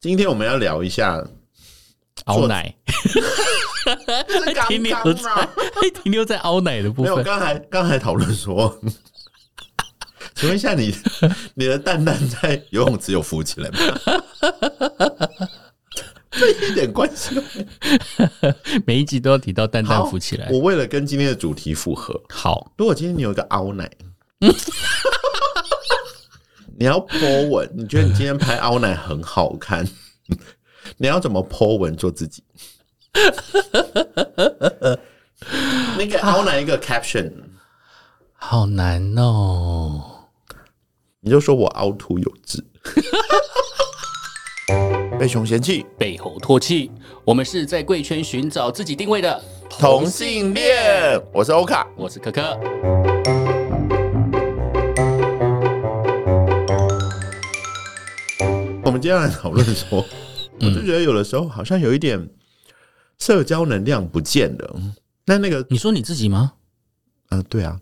今天我们要聊一 下，熬奶，这刚 停留刚在嘛，停留在熬奶的部没有，分。刚才刚才讨论说， 请问一下 你，你的蛋蛋在游泳池有浮起来吗？这一点关系都没有。每一集都要提到蛋蛋好浮起来。我为了跟今天的主题符合，好，如果今天你有一个凹奶， 你要 po 文，你觉得你今天拍凹奶很好看， 你要怎么 po 文做自己？ 那个凹奶一个 caption，好难哦。你就说我凹凸有致， 被熊嫌弃，背后唾弃，我们是在贵圈寻找自己定位的同性。恋，我是欧卡。我是可可，我们接下来讨论说，我就觉得有的时候好像有一点社交能量不见了。那那个你说你自己吗？啊，对啊，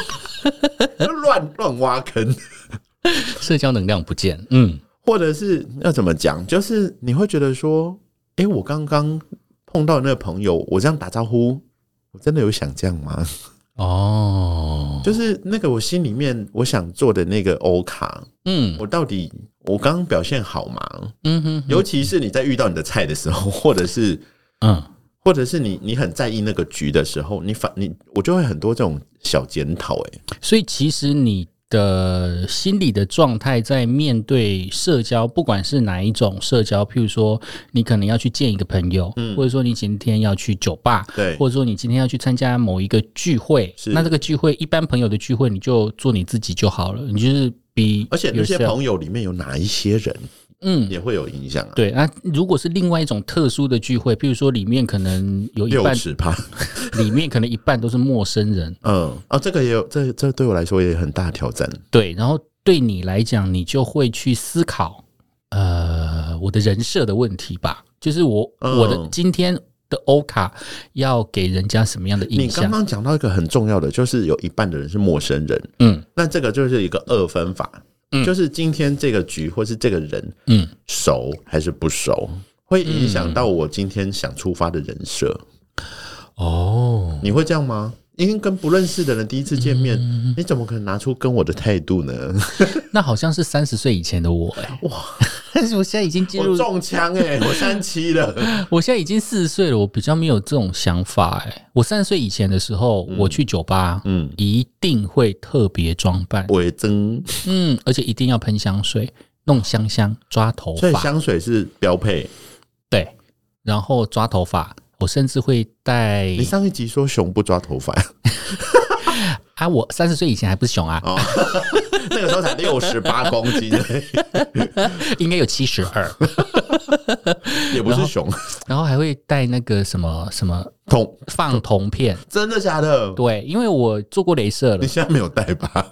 就乱乱挖坑，社交能量不见。嗯，或者是要怎么讲？就是你会觉得说，诶，我刚刚碰到的那个朋友，我这样打招呼，我真的有想这样吗？ 哦，就是那个我心里面我想做的那个欧卡，嗯我到底我刚刚表现好吗？嗯哼尤其是你在遇到你的菜的时候，或者是嗯，或者是你你很在意那个局的时候，你反你我就会很多这种小检讨、诶。所以其实你的心理的状态，在面对社交，不管是哪一种社交，譬如说你可能要去见一个朋友，或者说你今天要去酒吧，嗯对或者说你今天要去参加某一个聚会，是那这个聚会一般朋友的聚会，你就做你自己就好了，你就是比而且那些 yourself 朋友里面有哪一些人嗯。也会有影响啊。对，那、如果是另外一种特殊的聚会，譬如说里面可能有一六半，尺趴， 里面可能一半都是陌生人，嗯啊，这个也有，这这对我来说也很大挑战。对，然后对你来讲，你就会去思考，呃，我的人设的问题吧，就是我、嗯我的今天的欧卡要给人家什么样的你印刚象？刚讲到一个很重要的，就是有一半的人是陌生人，嗯那这个就是一个二分法，嗯就是今天这个局或是这个人嗯，熟还是不熟，会影响到我今天想出发的人设。嗯哦，你会这样吗？因为跟不认识的人第一次见面，嗯你怎么可能拿出跟我的态度呢？那好像是三十岁以前的我、哎，哇！但是我现在已经进我入，中枪哎、我三七 了，我现在已经四十岁了，我比较没有这种想法、哎，我三十岁以前的时候，我去酒吧，嗯一定会特别装扮，我也真，嗯，而且一定要喷香水，弄香香，抓头所以发，香水是标配。对，然后抓头发，我甚至会戴你上一集说熊不抓头发。 啊，我三十岁以前还不是熊啊，哦，那个时候才六十八公斤， 应该有七十二，也不是熊，然后还会戴那个什么什么痛，放铜片，真的假的？对，因为我做过镭射了你，现在没有带啊吧？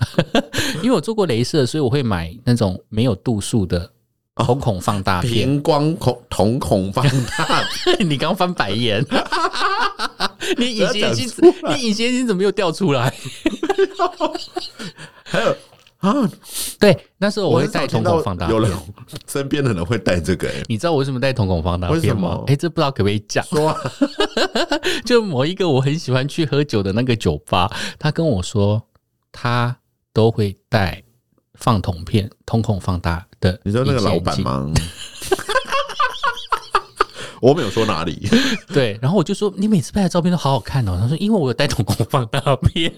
因为我做过镭射，所以我会买那种没有度数的哦瞳孔放大片。平光孔瞳孔放大， 你刚翻 白眼，你隐形眼镜不要讲出来你隐形眼镜怎么又掉出来？ 还有啊，对，那时候我会很少戴瞳听到孔放大有片人。身边的人会带这个、欸，你知道我为什么戴瞳孔放大为什片么吗？哎、这不知道可不可以讲？说啊 就某一个我很喜欢去喝酒的那个酒吧，他跟我说他都会带放铜片、瞳孔放大的。你说那个老板？吗？ 我没有说哪 哦里，对，然后我就说你每次拍的照片都好好看哦。他说因为我有带瞳孔放大 片。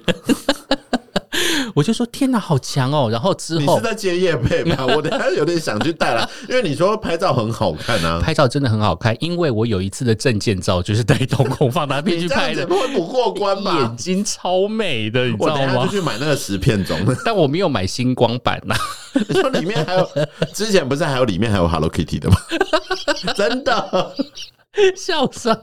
我就说天哪，好强哦！然后之你后是在接夜配 吗？我等下有点想去带了，因为你说拍照很好看啊，拍照真的很好看，因为我有一次的证件照就是带瞳孔放大片你去这样拍子的，会不过关吧眼？睛超美的，你知我道等下吗就？去买那个十片装的。但我没有买星光版啊呐、你 说里面还有，之前不是还有里面还有 Hello Kitty 的吗？ 真的，笑傻、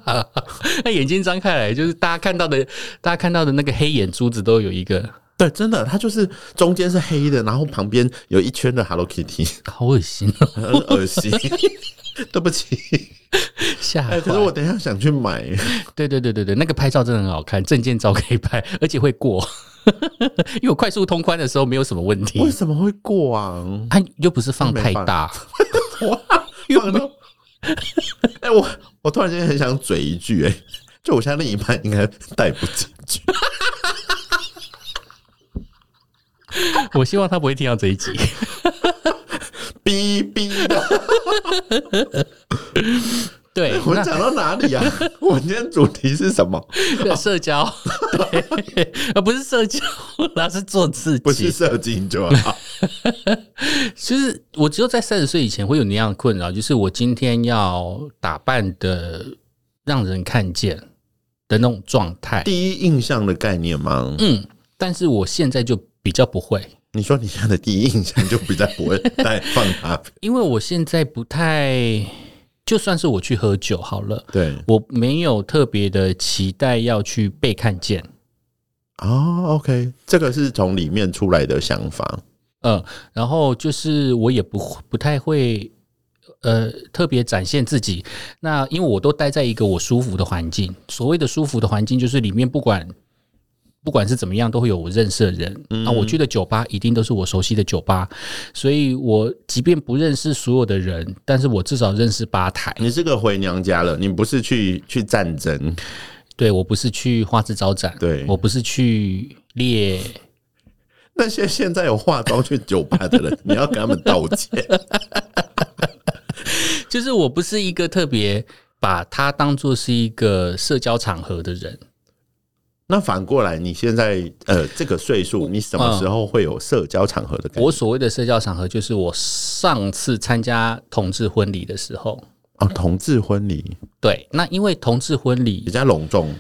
那眼睛张开来，就是大家看到的，大家看到的那个黑眼珠子都有一个，对，真的，它就是中间是黑的，然后旁边有一圈的 Hello Kitty，好恶心哦，很恶心。对不起，吓坏、哎、可是我等一下想去买，对对对对对，那个拍照真的很好看，证件照可以拍， 而且会过，因为我快速通关的时候没有什么问题为，什么会过啊？它又不是放太大， 哇，放到，哎、我我突然间很想嘴一句、哎，就我现在另一半应该带不进去，我希望他不会听到这一集。逼逼的。 对，我们讲到哪里啊？ 我们今天主题是什么？那社交， 对，啊，不是社交，那是做自己。不是射精就好。其实我只有在三十岁以前会有那样的困扰，就是我今天要打扮的让人看见的那种状态。第一印象的概念吗？嗯，但是我现在就比较不会，你说你现在的第一印象就比较不会带放他，因为我现在不太，就算是我去喝酒好了， 对我没有特别的期待要去被看见。哦，OK，这个是从里面出来的想法，嗯，然后就是我也不不太会，呃，特别展现自己。那因为我都待在一个我舒服的环境，所谓的舒服的环境就是里面不管不管是怎么样，都会有我认识的人。那我去的酒吧一定都是我熟悉的酒吧，所以我即便不认识所有的人，但是我至少认识吧台。你这个回娘家了，你不是去去战争，对我不是去花枝招展，对我不是去猎。那些现在有化妆去酒吧的 人，你要跟他们道歉。就是我不是一个特别把它当做是一个社交场合的人。那反过来，你现在呃这个岁数，你什么时候会有社交场合的感觉？我所谓的社交场合，就是我上次参加同志婚礼的时候。哦，同志婚礼对，那因为同志婚比礼，较隆重，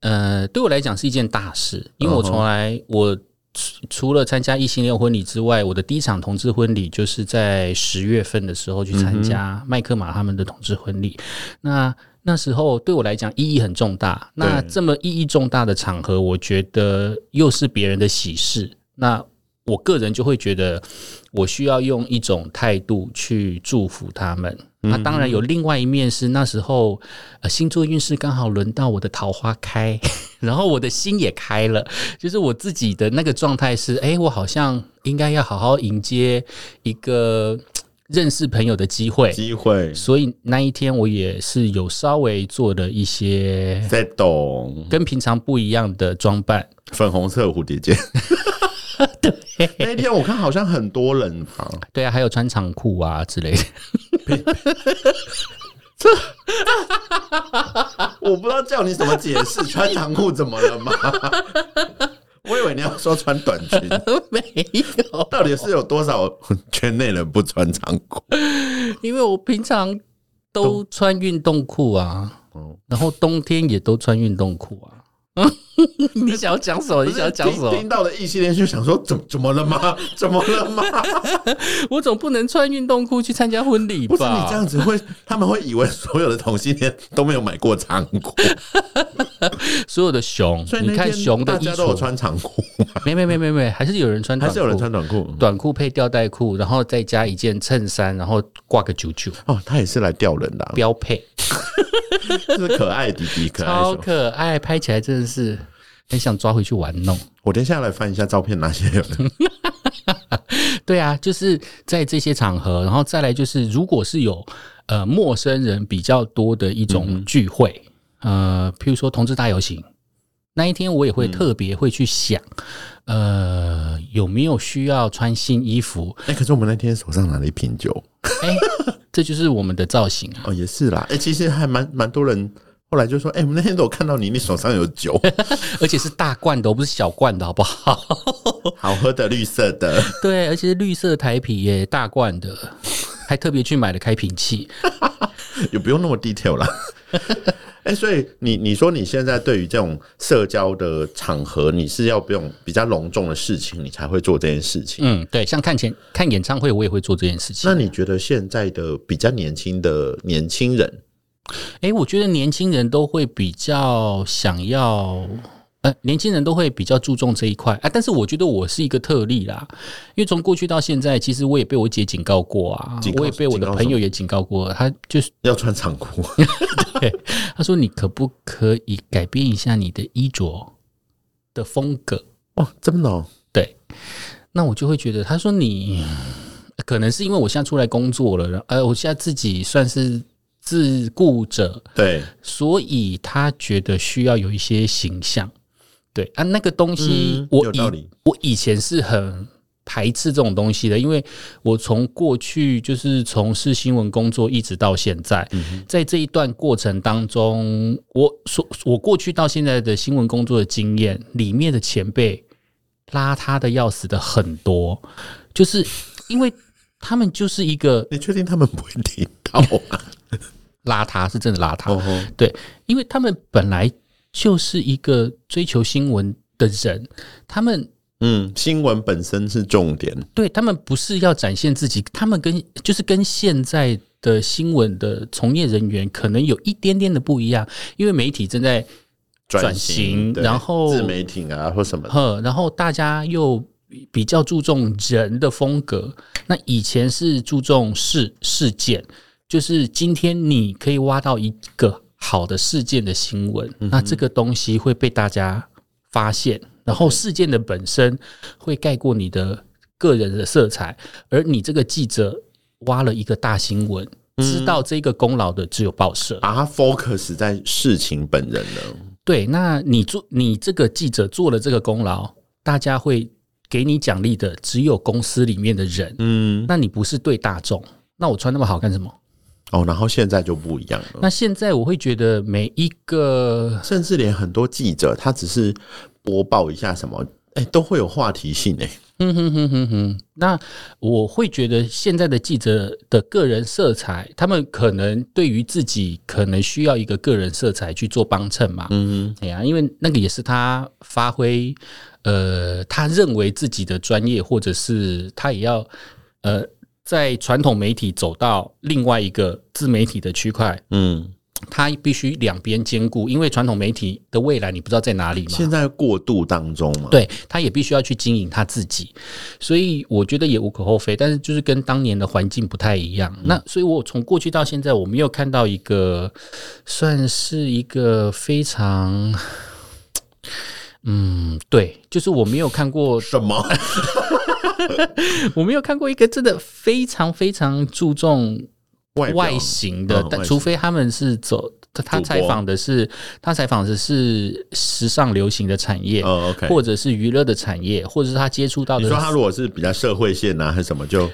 呃，对我来讲是一件大事，因为我从来我除除了参加异性恋婚礼之外，我的第一场同志婚礼就是在十月份的时候去参嗯加麦克马他们的同志婚礼。那那时候对我来讲意义很重大。那对这么意义重大的场合，我觉得又是别人的喜事，那我个人就会觉得我需要用一种态度去祝福他们。那当然有另外一面是那时候，呃，星座运势刚好轮到我的桃花开， 然后我的心也开了，就是我自己的那个状态是，哎、我好像应该要好好迎接一个呃认识朋友的机会，机会所以那一天我也是有稍微做了一些在懂跟平常不一样的装扮。粉红色蝴蝶结。 对，那天我看好像很多人吧，对啊，还有穿长裤啊之类的。我不知道叫你怎么解释穿长裤怎么了 吗？我以为你要说穿短裙，没有，到底是有多少圈内人不穿长 裤？因为我平常都穿运动裤啊，哦然后冬天也都穿运动裤 啊。你想要讲什么？你不想要讲什听么？听到的异性恋就想说怎怎么了 吗？怎么了吗？我总不能穿运动裤去参加婚礼不是你这吧？样子会，他们会以为所有的同性恋都没有买过长裤，所有的熊 所，以你那看天熊的大衣家都有服，穿长裤，没没没没没，还是有人穿还短是有人裤穿。短裤？短裤配吊带裤，然后再加一件衬衫，然后挂个九九， 哦，他也是来钓人的啊、标配， 是可爱弟弟，可爱超熊。可爱，拍起来真的是很想抓回去玩弄。我等一下来翻一下照片，哪些有 人？对啊，就是在这些场合，然后再来就是，如果是有呃陌生人比较多的一种聚会，呃，譬如说同志大游行那一天，我也会特别会去想，呃，有没有需要穿新衣服？哎、可是我们那天手上拿了一瓶酒，哎、这就是我们的造型啊。哦，也是啦。哎、其实还蛮蛮多人后来就说，哎、我们那天都有看到你，你手上有 酒，而且是大罐的哦，不是小罐的，好不好？ 好喝的绿色的，对，而且是绿色台啤耶，大罐的，还特别去买了开瓶器。也不用那么 detail 啦。哎、所以你你说你现在对于这种社交的场合，你是要不用比较隆重的事情，你才会做这件事情。嗯，对，像看前看演唱会，我也会做这件事情。那你觉得现在的比较年轻的年轻人，诶，我觉得年轻人都会比较想要，呃，年轻人都会比较注重这一块啊。但是我觉得我是一个特例啦，因为从过去到现在，其实我也被我姐警告过啊警，告我也被我的警告朋友也警告过，她就是要穿长 裤，她说你可不可以改变一下你的衣着的风格？哦，真的、哦，对，那我就会觉得，她说你。可能是因为我现在出来工作了，然后呃，我现在自己算是自雇者，对，所以他觉得需要有一些形象。对啊，那个东西、嗯我有以道理我以前是很排斥这种东西的，因为我从过去就是从事新闻工作一直到现在，嗯在这一段过程当中，我所我过去到现在的新闻工作的经验里面的前辈邋遢的要死的很多，就是因为他们就是一个你确定他们不会听到吗？邋遢，是真的邋遢，哦吼，对，因为他们本来就是一个追求新闻的人，他们 嗯，新闻本身是重点，对他们不是要展现自己，他们跟就是跟现在的新闻的从业人员可能有一点点的不一样，因为媒体正在转型对然后自媒体啊或什么的，呵，然后大家又比较注重人的风格，那以前是注重事事件，就是今天你可以挖到一个好的事件的新闻，那这个东西会被大家发现，然后事件的本身会盖过你的个人的色彩，而你这个记者挖了一个大新闻，知道这个功劳的只有报社。把它 focus 在事情本人了。对，那你做你这个记者做了这个功劳，大家会给你奖励的只有公司里面的人，嗯，那你不是对大众，那我穿那么好干什么？哦，然后现在就不一样了。那现在我会觉得每一个甚至连很多记者，他只是播报一下什么，哎、都会有话题性哎、哼哼哼哼哼，那我会觉得现在的记者的个人色彩，他们可能对于自己可能需要一个个人色彩去做帮衬嘛。嗯，哎呀，因为那个也是他发挥，呃，他认为自己的专业，或者是他也要，呃，在传统媒体走到另外一个自媒体的区块，嗯，他必须两边兼顾，因为传统媒体的未来你不知道在哪里嘛。现在过渡当中嘛，对，他也必须要去经营他自己，所以我觉得也无可厚非。但是就是跟当年的环境不太一样。那所以，我从过去到现在，我没有看到一个算是一个非常，嗯，对，就是我没有看 过，什 么？我没有看过一个真的非常非常注重外外外形的嗯，但外形除非他们是走他他主播采访的是他采访的是时尚流行的产业。哦，OK。或者是娱乐的产业，或者是他接触到的你说他如果是比较社会线啊，还是什么就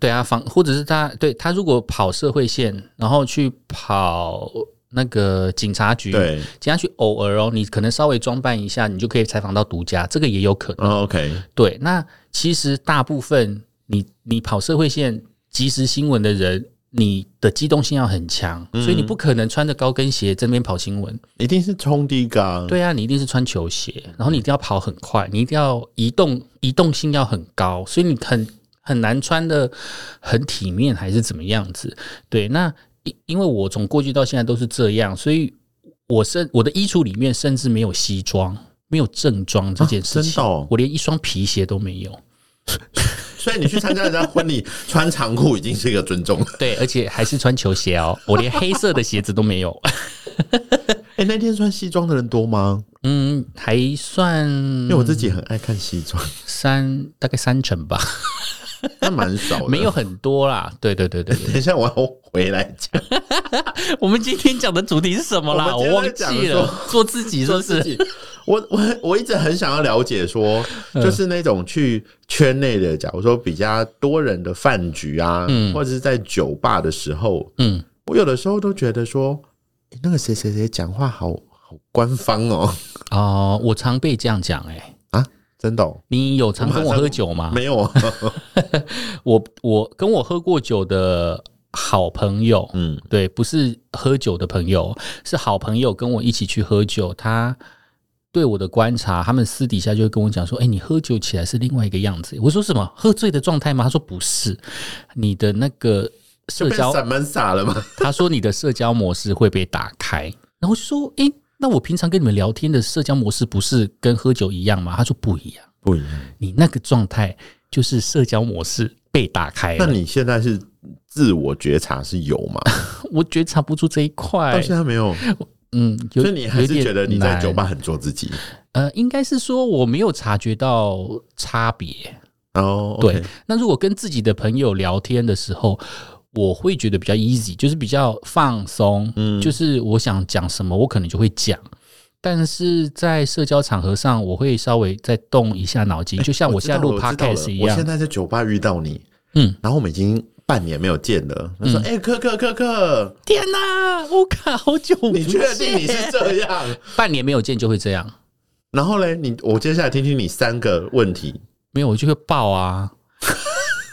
对啊，防或者是他对他如果跑社会线，然后去跑那个警察局，对警察局偶尔哦，你可能稍微装扮一下，你就可以采访到独家，这个也有可能。哦，OK，对，那其实大部分你你跑社会线即时新闻的人，你的机动性要很强，所以你不可能穿着高跟鞋这边跑新闻。一定是冲第一个、啊。对啊，你一定是穿球鞋，然后你一定要跑很快，你一定要移动移动性要很高，所以你很很难穿的很体面还是怎么样子。对，那因因为我从过去到现在都是这样，所以我甚我的衣橱里面甚至没有西装，没有正装这件事啊真情，的哦我连一双皮鞋都没有。所以你去参加人家婚礼， 穿长裤已经是一个尊重了。对，而且还是穿球鞋哦，我连黑色的鞋子都没有。 哎、那天穿西装的人多吗？嗯，还算因为我自己很爱看西装，三大概三成吧，嗯那蛮少的。没有，很多啦。对对对对对。等一下我要回来讲， 我们今天讲的主题是什么啦？我我们今天忘在讲记了，做自己是不自是？己。我我我一直很想要了解说，就是那种去圈内的，假如说比较多人的饭局啊，或者是在酒吧的时候，嗯，我有的时候都觉得说，诶那个谁谁谁讲话好好官方哦，哦，我常被这样讲，哎，啊，真的、哦、你有常跟我喝酒 吗？没有啊，我我跟我喝过酒的好朋友，嗯，对，不是喝酒的朋友，是好朋友跟我一起去喝酒，他。对我的观察，他们私底下就会跟我讲说：“哎，你喝酒起来是另外一个样子。”我说：“什么？喝醉的状态吗？”他说：“不是，你的那个社 就被交散漫傻了嘛，他说你的社交模式会被打开，然后我就说，诶、那我平常跟你们聊天的社交模式不是跟喝酒一样吗？他说不一样，不一样。你那个状态就是社交模式被打开那了。你现在是自我觉察是有吗？我觉察不住这一到块，现在没有，嗯，哎有所以你还是觉得你在酒？有点难吧很做自己呃，应该是说我没有察觉到差别。哦，对，那如果跟自己的朋友聊天的时候，我会觉得比较 easy，就是比较放松，嗯就是我想讲什么，我可能就会讲。但是在社交场合上，我会稍微再动一下脑筋，就像我哎我知现在道了录我知道了 podcast 一我现样。在在酒吧遇到你，嗯，然后我们已经半年没有见了。他说：“哎、可可可可，天哪、我靠，好久不你确定见你是这样？ 半年没有见就会这样？然后嘞，你我接下来听听你三个问题。没有，我就会 爆啊。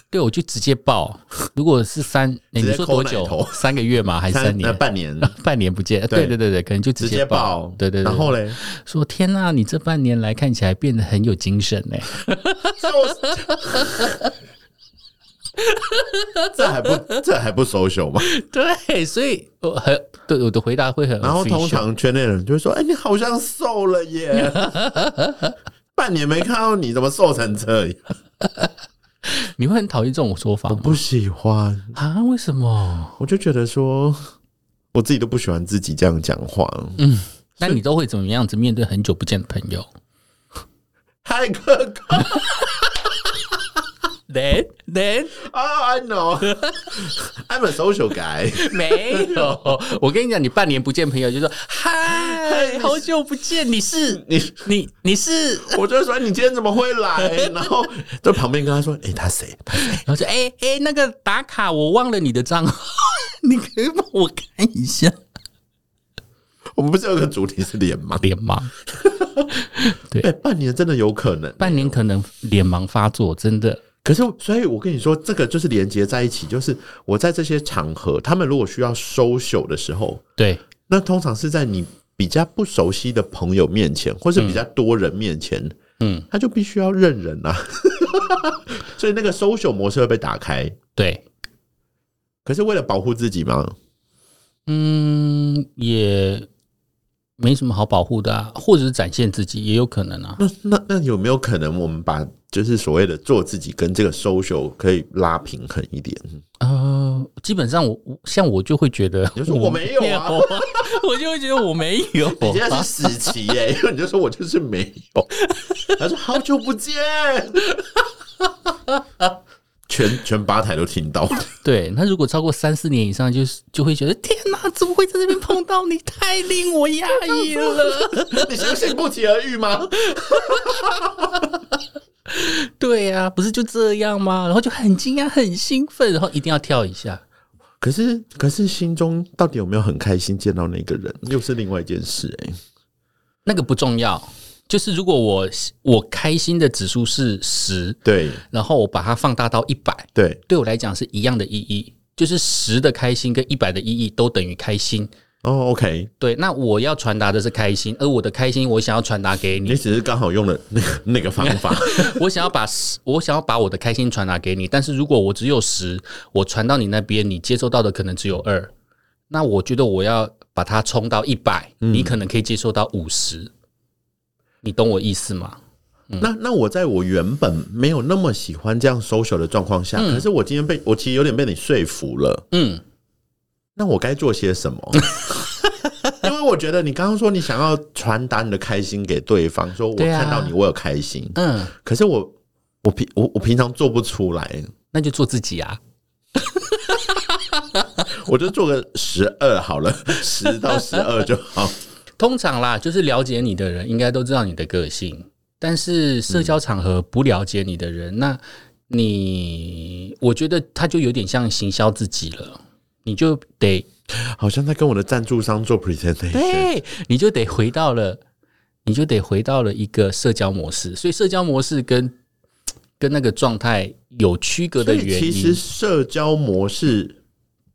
对，我就直接爆。如果是三，直哎你接说抠多奶久头？三个月吗？还是三那年？呃半 年半年不见，对对对对，可能就直直接爆爆，，对对对。然后嘞， 说天呐，你这半年来看起来变得很有精神呢、就是这还不这还不 social 吗？ 对，所以我很对我的回答会很然后 official 通呃常圈内人就会说：“哎、你好像瘦了 耶，半年没看到你，怎么瘦成这样？你会很讨厌这种说法吗不喜欢。”啊？为什么？我就觉得说，我自己都不喜欢自己这样讲话。那你都会怎么样子面对很久不见的朋友嗨，哥哥？Then then 啊，I know，I'm a social guy。 没有， 我跟你讲，你半年不见朋友就说嗨，好久不见，你是你，你你 是，我就说你今天怎么会来？然后在旁边跟他说：“哎、他谁？他谁然后说哎哎、那个打卡我忘了你的账号， 你可以帮我看一下。我们不是有个主题是脸盲？脸盲，哎、半年真的有可能。半年可能脸盲发作，真的。可是，所以我跟你说，这个就是连接在一起。就是我在这些场合，他们如果需要 social 的时候，对，那通常是在你比较不熟悉的朋友面前，或是比较多人面前，嗯，他就必须要认人啊， 所以那个 social 模式会被打开。对，可是为了保护自己嘛，嗯，也没什么好保护的、啊，或者是展现自己也有可能啊。那那那有没有可能我们把就是所谓的做自己跟这个 social 可以拉平衡一点？呃，基本上我我像我就会觉得，你就说我没有啊 我就会觉得我没有你现啊、在是死棋耶、因为你就说我就是没有，他说好久不见，全全吧台都听到。对，那如果超过三四年以上，就是就会觉得天哪，怎么会在这边碰到你？太令我压抑 了。你相信不期而遇吗？对呀、不是就这样吗？然后就很惊讶，很兴奋，然后一定要跳一下。可是，可是心中到底有没有很开心见到那个人，又是另外一件事哎、那个不重要，就是如果我我开心的指数是十，对然后我把它放大到一百，对，对我来讲是一样的意义，就是十的开心跟一百的意义都等于开心。哦，OK，对，那我要传达的是开心，而我的开心，我想要传达给你你，只是刚好用了那个那个方法，我想要把10我想要把我的开心传达给你。但是如果我只有十，我传到你那边，你接收到的可能只有二，那我觉得我要把它冲到一百、0你可能可以接收到五十，你懂我意思吗？那那我在我原本没有那么喜欢这样 social 的状况下，可是我今天被我其实有点被你说服了，嗯。那我该做些什么？ 因为我觉得你刚刚说你想要传达你的开心给对方，说我对啊看到你我有开心，嗯，可是我我平我我平常做不出来，那就做自己啊。我就做个十二好了， 十到十二就好。通常啦，就是了解你的人应该都知道你的个性，但是社交场合不了解你的人，那你我觉得他就有点像行销自己了，你就得好像在跟我的赞助商做 presentation。对，你就得回到了，你就得回到了一个社交模式，所以社交模式跟跟那个状态有区隔所的以原其实因。社交模式，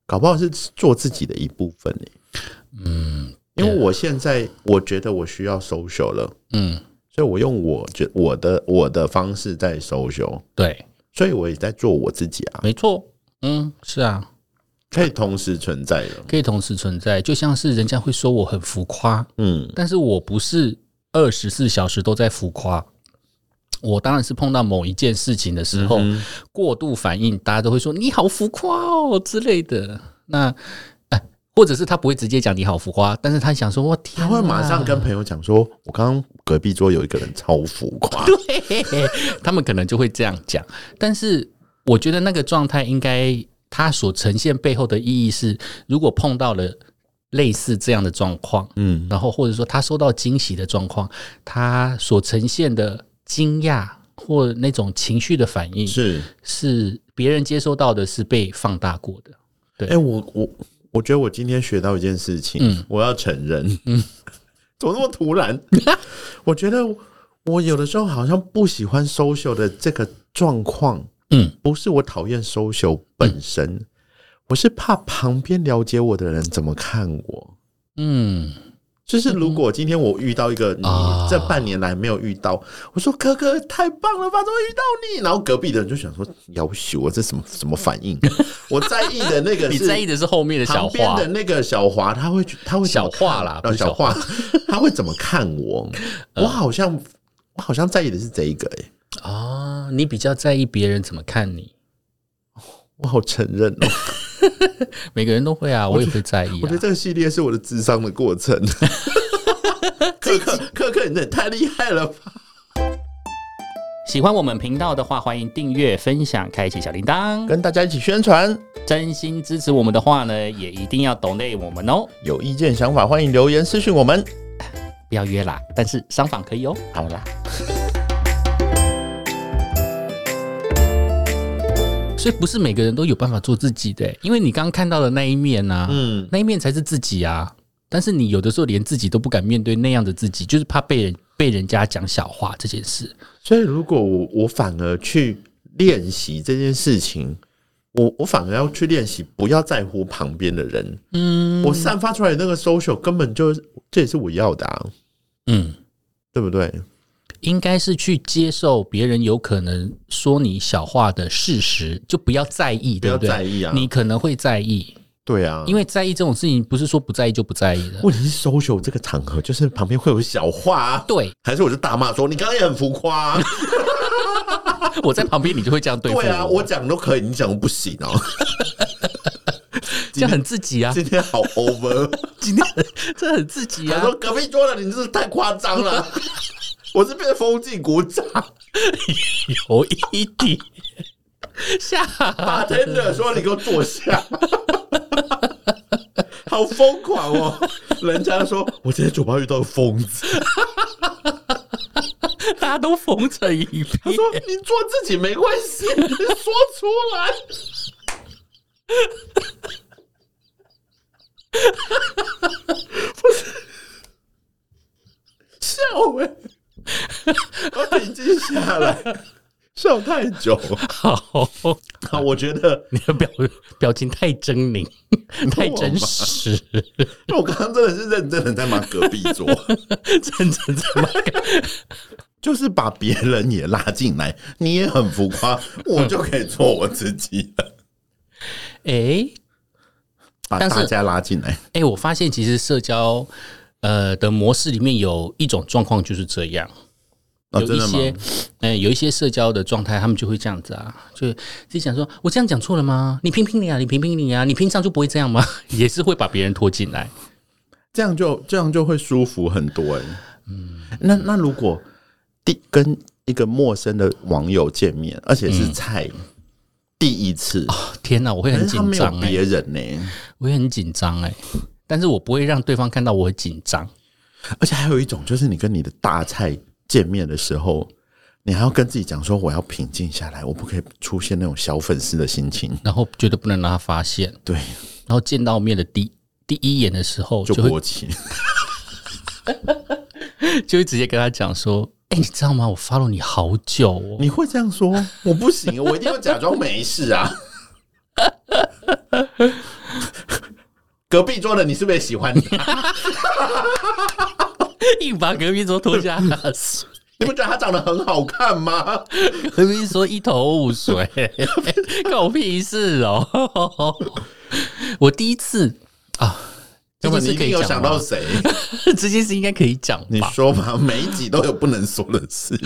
搞不好是做自己的一部分呢、嗯，因啊为我现在我觉得我需要 social 了，嗯，所以我用我觉我的我的方式在 social，对，所以我也在做我自己啊，没错，嗯，是啊。可以同时存在的。可以同时存在，就像是人家会说我很浮夸，嗯，但是我不是二十四小时都在浮夸。我当然是碰到某一件事情的时候、嗯过度反应，大家都会说你好浮夸哦之类的。那、哎或者是他不会直接讲你好浮夸，但是他想说，我天啊他哪，会马上跟朋友讲说：“我刚刚隔壁桌有一个人超浮 夸。对，他们可能就会这样讲。但是我觉得那个状态应该，它所呈现背后的意义是，如果碰到了类似这样的状况，”嗯，然后或者说他受到惊喜的状况，他所呈现的惊讶或那种情绪的反应，是。是别人接收到的是被放大过的。哎、我我我觉得我今天学到一件事情，嗯我要承认，怎么那么突然？ 我觉得我有的时候好像不喜欢 social 的这个状况，嗯，不是我讨厌 social 本身，我是怕旁边了解我的人怎么看我。嗯，就是如果今天我遇到一个你啊这半年来没有遇到，我说哥哥太棒了吧，怎么遇到你？然后隔壁的人就想说，要许我这什么什么反 应？我在意的那个你是在意的是后面的小旁边话的，那个小华，他会他会怎么看小华啦不呃是小华，呃他会怎么看我？ 我好像我好像在意的是这一个、欸，啊、你比较在意别人怎么看你。我好承认哦、每个人都会啊，我也会在意我觉得啊。这个系列是我的智商的过 程。克克克克，你真的太厉害了吧！喜欢我们频道的话，欢迎订阅、分享、开启小铃铛。跟大家一起宣传，真心支持我们的话呢，也一定要懂内我们哦，有意见想法欢迎留言私讯我们。不要约啦，但是商访可以哦。好啦，所以不是每个人都有办法做自己的欸、因为你刚刚看到的那一面啊，嗯，那一面才是自己啊。但是你有的时候连自己都不敢面对那样的自己，就是怕被人被人家讲小话这件事。所以如果我我反而去练习这件事情，我我反而要去练习，不要在乎旁边的人。嗯我散发出来的那个 social 根本就是这也是我要的、啊，嗯，对不对？应该是去接受别人有可能说你小话的事实，就不要在意，不对要对？在意啊，你可能会在意，对啊，因为为在意这种事情不是说不在意就不在意的。问题是 social 这个场合，就是旁边会有小话、啊，对，还是我就大骂说你刚刚也很浮夸、啊，我在旁边你就会这样对 付对啊，我我讲都可以，你讲都不行哦、这样很自己 啊，今天好 over，今天很这很自己他啊。说隔壁桌的你真是太夸张了，我是被风纪鼓掌，有一点吓八天的说你给我坐 下。好疯狂哦！人家说我今天酒吧遇到疯子，大家都缝成一他片，说：“你做自己没关系，你说出来。不是”笑欸我、我平静下来，笑太久。好，好，我觉得你的表表情太狰狞，太真实，我刚刚真的是认真的在骂隔壁桌，真真在骂就是把别人也拉进来，你也很浮夸， 我就可以做我自己了，哎把 但是大家拉进来。哎，我发现其实社交呃的模式里面有一种状况就是这样。啊，有真一的吗？些，呃，有一些社交的状态，他们就会这样子啊，就自己想说，我这样讲错了吗？你评评理啊，你评评理啊，你平常就不会这样吗？ 也是会把别人拖进来。这样就这样就会舒服很多哎、嗯，那那如果第跟一个陌生的网友见面，而且是菜、第一次，嗯哦天哪，我会可很是他紧没有张哎、别人呢、我也很紧张哎，但是我不会让对方看到我紧张。而且还有一种就是你跟你的大菜见面的时候，你还要跟自己讲说我要平静下来，我不可以出现那种小粉丝的心情。然后绝对不能让他发现。对，然后见到面的第第一眼的时候，就就会国旗，就会直接跟他讲说：“哎、你知道吗？我 follow 你好久哦。你会这样 说？我不行，我一定要假装没事啊。隔壁桌的你是不是也喜欢你、 啊？” 硬把隔壁桌拖下水，你不觉得他长得很好看吗？隔壁桌一头雾水， 关我屁事哦！我第一次啊，这根件本你事一可定以有讲想吗到谁？ 这件事应该可以讲 你吧？说吧， 每一集都有不能说的事。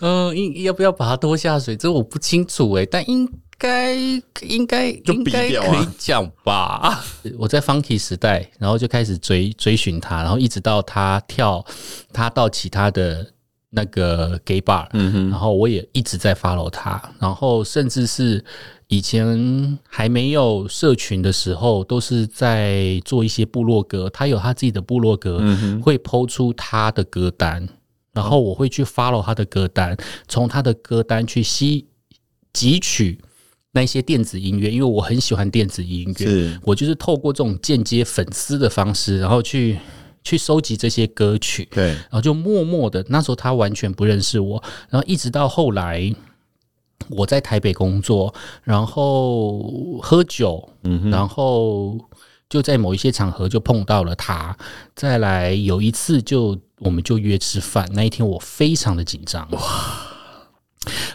呃嗯，应要不要把他拖下水？这我不清楚哎、但应该应该就应逼该掉啊可以讲吧。 我在 Funky 时代，然后就开始追追寻他，然后一直到他跳，他到其他的那个 gay bar，嗯哼，然后我也一直在 follow 他，然后甚至是以前还没有社群的时候，都是在做一些部落格，他有他自己的部落格，嗯会抛出他的歌单，然后我会去 follow 他的歌单，从他的歌单去吸汲取那些电子音乐，因为我很喜欢电子音乐，是我就是透过这种间接粉丝的方式，然后去去收集这些歌曲，对，然后就默默的，那时候他完全不认识我，然后一直到后来我在台北工作，然后喝酒，嗯，然后就在某一些场合就碰到了他，再来有一次就我们就约吃饭，那一天我非常的紧张，哇，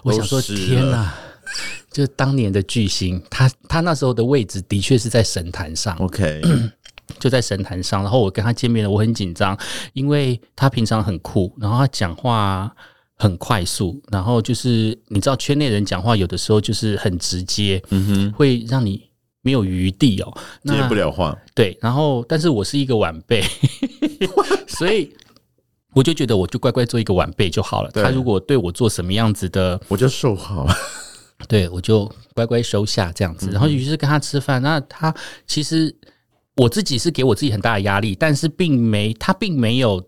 我想都说湿了天哪、就当年的巨星，他他那时候的位置的确是在神坛上， OK，就在神坛上，然后我跟他见面了，我很紧张，因为他平常很酷，然后他讲话很快速，然后就是你知道圈内人讲话有的时候就是很直接，嗯哼，会让你没有余地哦，接那不了话，对，然后但是我是一个晚辈， 所以。我就觉得，我就乖乖做一个晚辈就好了。对他如果对我做什么样子的我就受好了。对我就乖乖收下这样嗯子。然后于是跟他吃饭，那他其实我自己是给我自己很大的压力，但是并没他并没有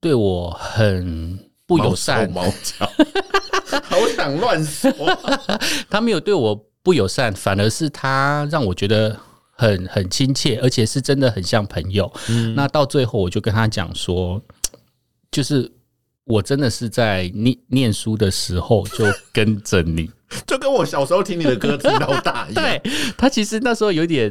对我很不友善，毛手毛脚， 好想乱说。 他没有对我不友善，反而是他让我觉得很很亲切，而且是真的很像朋友。嗯那到最后，我就跟他讲说，就是。我真的是在念念书的时候就跟着你， 就跟我小时候听你的歌听到大 一样。对他其实那时候有点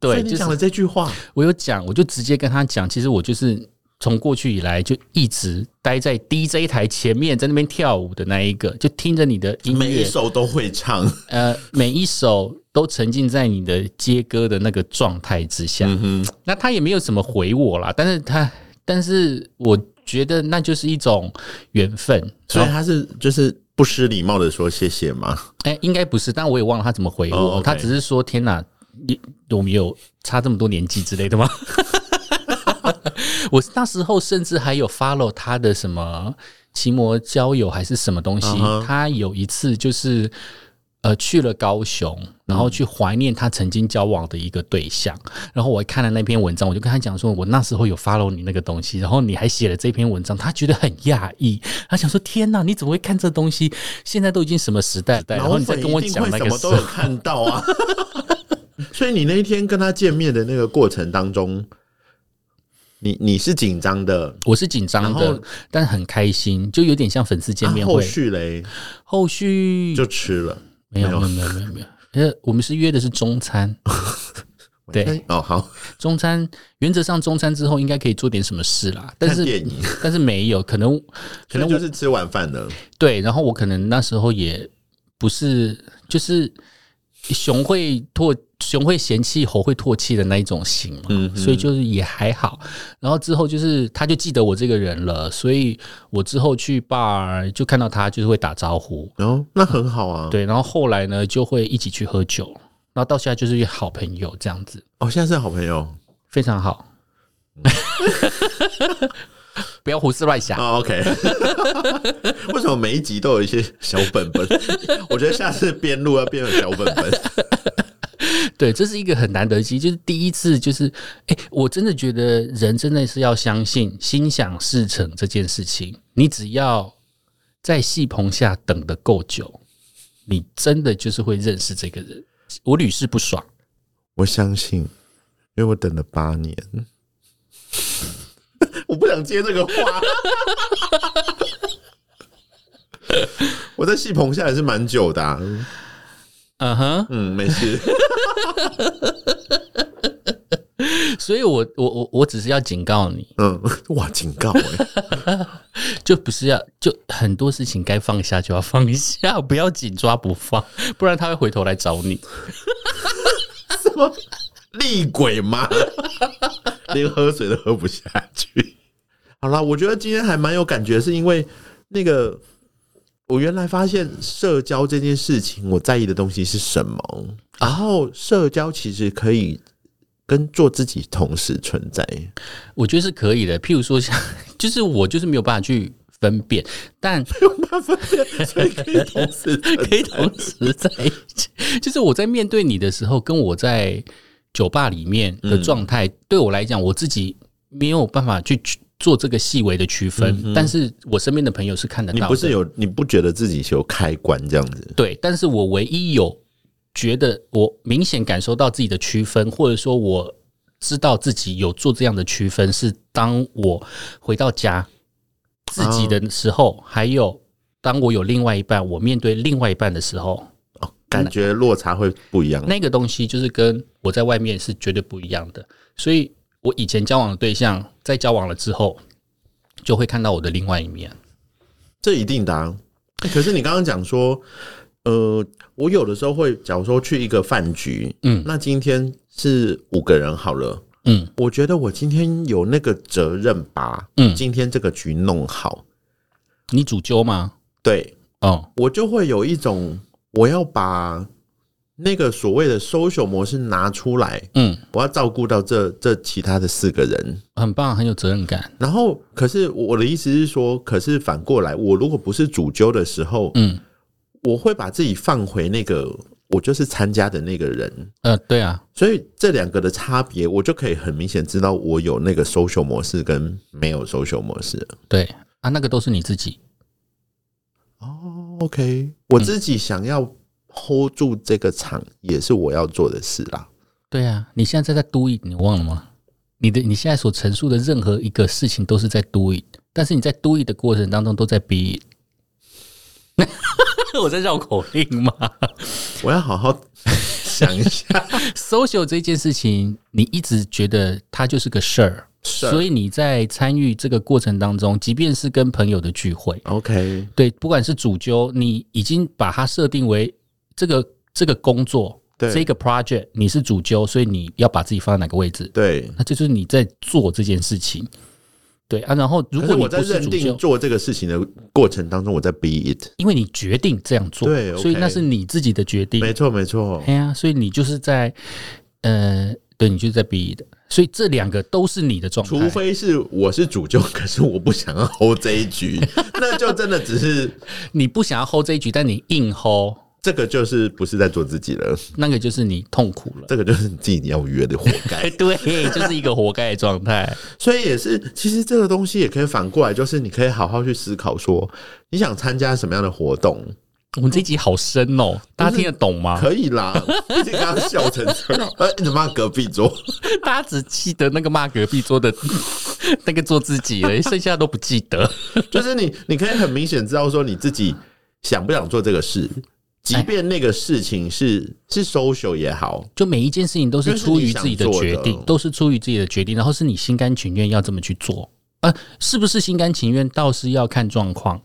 所以对，你就是讲的这句话，我有讲，我就直接跟他讲，其实我就是从过去以来就一直待在 DJ 台前面，在那边跳舞的那一个，就听着你的音每一乐，首都会唱。呃，每一首都沉浸在你的接歌的那个状态之下。嗯哼，那他也没有什么回我啦，但是他，但是我觉得那就是一种缘分。所以他是就是不失礼貌的说谢谢嘛。哎、应该不是，但我也忘了他怎么回我。哦，OK 他只是说：“天哪，你我们有差这么多年纪之类的吗？” 我那时候甚至还有 follow 他的什么奇摩交友还是什么东西。嗯哼他有一次就是呃去了高雄，然嗯后去怀念他曾经交往的一个对象。然后我看了那篇文章，我就跟他讲说：“我那时候有 follow 你那个东西，然后你还写了这篇文章。”他觉得很讶异，他想说：“天哪，你怎么会看这东西？现在都已经什么时代了？”然后你再粉跟我一定讲会那什个么时都候有看到啊。 所以你那一天跟他见面的那个过程当中，你你是紧张的，我是紧张然的后，但很开心，就有点像粉丝见面啊会。后续嘞后续就吃了。没有没没有有没有没有没有，呃，我们是约的是 中餐，对，哦好，中餐原则上中餐之后应该可以做点什么事啦，但看是电影，但是没有，可能可可能能就我是吃晚饭的，对，然后我可能那时候也不是就是熊会唾熊会嫌弃猴会唾弃的那一种型嘛，嗯所以就是也还好。然后之后就是他就记得我这个人了，所以我之后去 bar 就看到他就是会打招呼，然后那很好啊。对，然后后来呢就会一起去喝酒，然后到现在就是好朋友这样子，哦，现在是好朋友非常好。 不要胡思乱想，啊、o k 为什么每一集都有一些小本 本？我觉得下次边录要边有小本本。对，这是一个很难得的机，就是第一次，就是哎、诶我真的觉得人真的是要相信心想事成这件事情。你只要在戏棚下等的够久，你真的就是会认识这个人。我屡试不爽，我相信，因为我等了八年。 我不想接这个话。 我在戏棚下也是蛮久的、啊，嗯哼，嗯，没事。所以我我我我只是要警告你，嗯，哇，警告哎、就不是要就很多事情该放下就要放下， 不要紧抓不放，不然他会回头来找你。什么厉鬼 吗？连喝水都喝不下去。好啦，我觉得今天还蛮有感觉，是因为那个我原来发现社交这件事情，我在意的东西是什么，然后社交其实可以跟做自己同时存 在。我觉得是可以的。譬如说像， 就是我就是没有办法去分辨，但所以可以同时存在 可以同时在一起。 就是我在面对你的时候，跟我在酒吧里面的状态，对我来讲，我自己没有办法去区做这个细微的区分，但是我身边的朋友是看 得你到的。不是有你不觉得自己是有开关这样子？对，但是我唯一有觉得我明显感受到自己的区分，或者说我知道自己有做这样的区分，是当我回到家自己的时候，还有当我有另外一半，我面对另外一半的时候，哦，感觉落差会不一样。那个东西就是跟我在外面是绝对不一样的。所以我以前交往的对象，在交往了之后，就会看到我的另外一面。这一定的、啊。可是你刚刚讲说，呃，我有的时候会，假如说去一个饭局，嗯那今天是五个人好了，嗯，我觉得我今天有那个责任把，嗯今天这个局弄好，你主揪吗？对哦，我就会有一种我要把那个所谓的 social 模式拿出来，嗯，我要照顾到这这其他的四个人，很棒，很有责任感。然后，可是我的意思是说，可是反过来，我如果不是主揪的时候，嗯，我会把自己放回那个我就是参加的那个人，呃，对啊，所以这两个的差别，我就可以很明显知道我有那个 social 模式跟没有 social 模式了。对啊，那个都是你自己。哦，OK，我自己想要 hold 住这个场，也是我要做的事啦。对啊，你现在在 do it，你忘了吗？你的你现在所陈述的任何一个事情都是在 do it，但是你在 do it 的过程当中都在 be it。我在绕口令吗？我要好好想一 下， social 这件事情，你一直觉得它就是个事儿，事儿所以你在参与这个过程当中，即便是跟朋友的聚会， OK，对，不管是主揪，你已经把它设定为这个这个工作，对这个 project，你是主揪，所以你要把自己放在哪个位置，对。那这就是你在做这件事情。对啊，然后如可果是你我在不是认主定揪，做这个事情的过程当中，我在 be it。因为你决定这样做，对所以 OK 那是你自己的决定，没错，没错。哎呀，所以你就是在，呃，对你就是在 B 的，所以这两个都是你的状态。除非是我是主揪，可是我不想要 hold 这一 局，那就真的只是你不想要 hold 这一局，但你硬 hold，这个就是不是在做自己了， 那个就是你痛苦了。这个就是你自己要约的活该。 对，就是一个活该的状态。所以也是，其实这个东西也可以反过来，就是你可以好好去思考说，你想参加什么样的活动， 我们这一集好深哦，大家听得懂吗？可以啦。毕竟刚刚笑成这样，呃，你怎么骂隔壁 桌？ 大家只记得那个骂隔壁桌的 那个做自己了，剩下都不记得。就是你，你可以很明显知道说你自己想不想做这个事，哎即便那个事情是是 social 也好，就每一件事情都是出于自己的决就是你想定，做的都是出于自己的决定，然后是你心甘情愿要这么去做。啊，是不是心甘情愿倒是要看状况，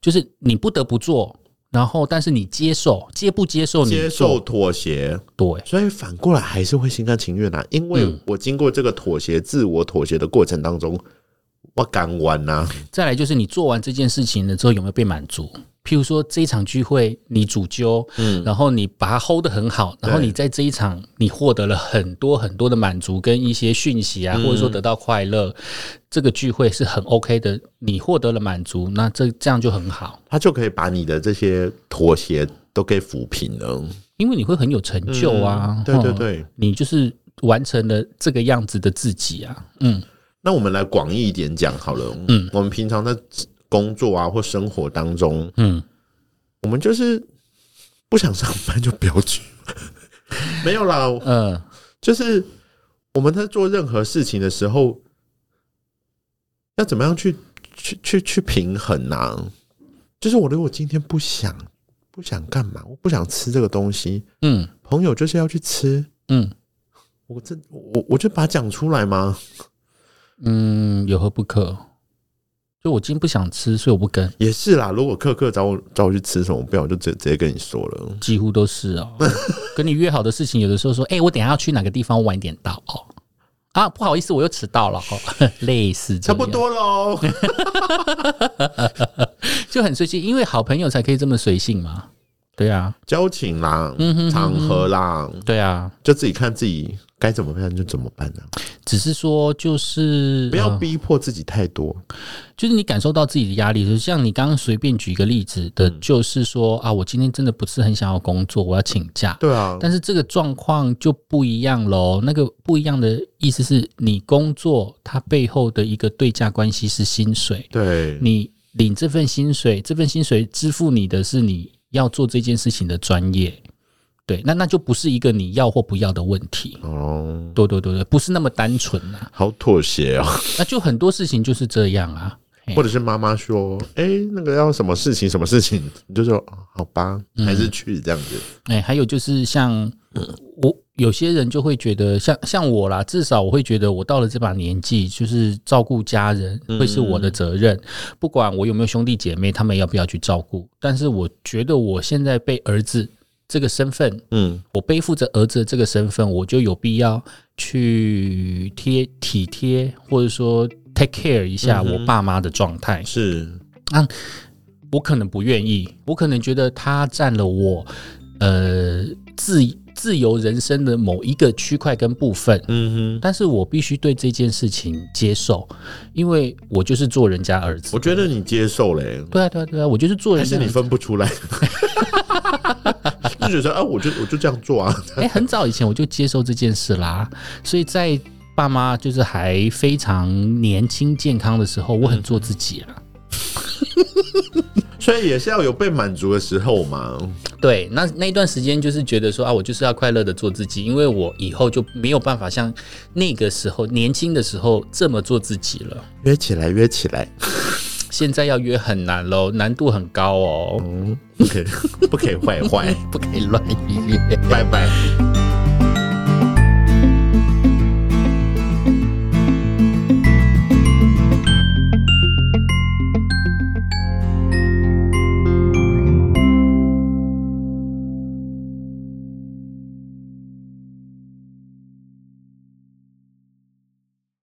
就是你不得不做，然后但是你接受，接不接受你接做受妥协，对，所以反过来还是会心甘情愿啊，因为我经过这个妥协、自我妥协的过程当中，我敢玩呐、再来就是你做完这件事情了之后有没有被满足？譬如说这一场聚会你主揪，嗯，然后你把它 hold 得很好，然后你在这一场你获得了很多很多的满足跟一些讯息嗯啊，或者说得到快乐，这个聚会是很 OK 的，你获得了满足，那这这样就很好，他就可以把你的这些妥协都给抚平了。因为你会很有成就啊，对嗯对齁，对。你就是完成了这个样子的自己啊，嗯，那我们来广义一点讲好了，嗯，我们平常在工作啊或生活当中，嗯，我们就是不想上班就不要去， 没有啦，呃，就是我们在做任何事情的时候，要怎么样去去去去平衡呢、就是我如果今天不想不想干嘛，我不想吃这个东西，嗯朋友就是要去吃，嗯我这我我就把它讲出来嘛。嗯，有何不可？就我今天不想吃，所以我不跟。也是啦，如果克克找我找我去吃什么，不要我就直直接跟你说了。几乎都 是哦。跟你约好的事情，有的时候说，哎、我等一下要去哪个地方，晚一点到哦。啊，不好意思，我 又迟到了哦，类似差这样不。多喽，就很随性，因为好朋友才可以这么随性嘛。对啊，交情啦、嗯哼场合啦，对啊，就自己看自己该怎么办就怎么办呢、只是说就是不要呃逼迫自己太多。就是你感受到自己的压力，就像你刚刚随便举一个例子嗯的，就是说啊，我今天真的不是很想要工作，我要请假。对啊，但是这个状况就不一样喽。那个不一样的意思是你工作，它背后的一个对价关系是薪水，对，你领这份薪水，这份薪水支付你的是你要做这件事情的专业。对，那那就不是一个你要或不要的问题。哦，对对对对，不是那么单纯啊。好妥协哦。那就很多事情就是这样啊。嘿或者是妈妈说：“哎、那个要什么事情，什么事情？”你就说：“哦好吧，还是去这样子。哎、还有就是像我有些人就会觉得像，像我啦，至少我会觉得我到了这把年纪，就是照顾家人会是我的责任，不管我有没有兄弟姐妹，他们要不要去照顾。但是我觉得我现在被儿子这个身份，嗯，我背负着儿子的这个身份，我就有必要去贴体贴，或者说 take care 一下我爸妈的状态。是我可能不愿意，我可能觉得他占了我呃自自由人生的某一个区块跟部分，嗯哼。但是我必须对这件事情接受，因为我就是做人家儿子我。觉得你接受嘞、对啊，对啊，对啊，我就是做还人是家儿你子。分不出来， 就觉得啊，我就我就这样做啊。哎、很早以前我就接受这件事啦，所以在爸妈就是还非常年轻健康的时候，我很做自己啊。所以也是要有被满足的时候嘛。对，那那一段时间就是觉得说啊，我就是要快乐的做自己，因为我以后就没有办法像那个时候年轻的时候这么做自己了。约起来，约起来，现在要约很难喽，难度很高哦， 嗯，不可以，不可以坏坏。不可以乱约。拜拜。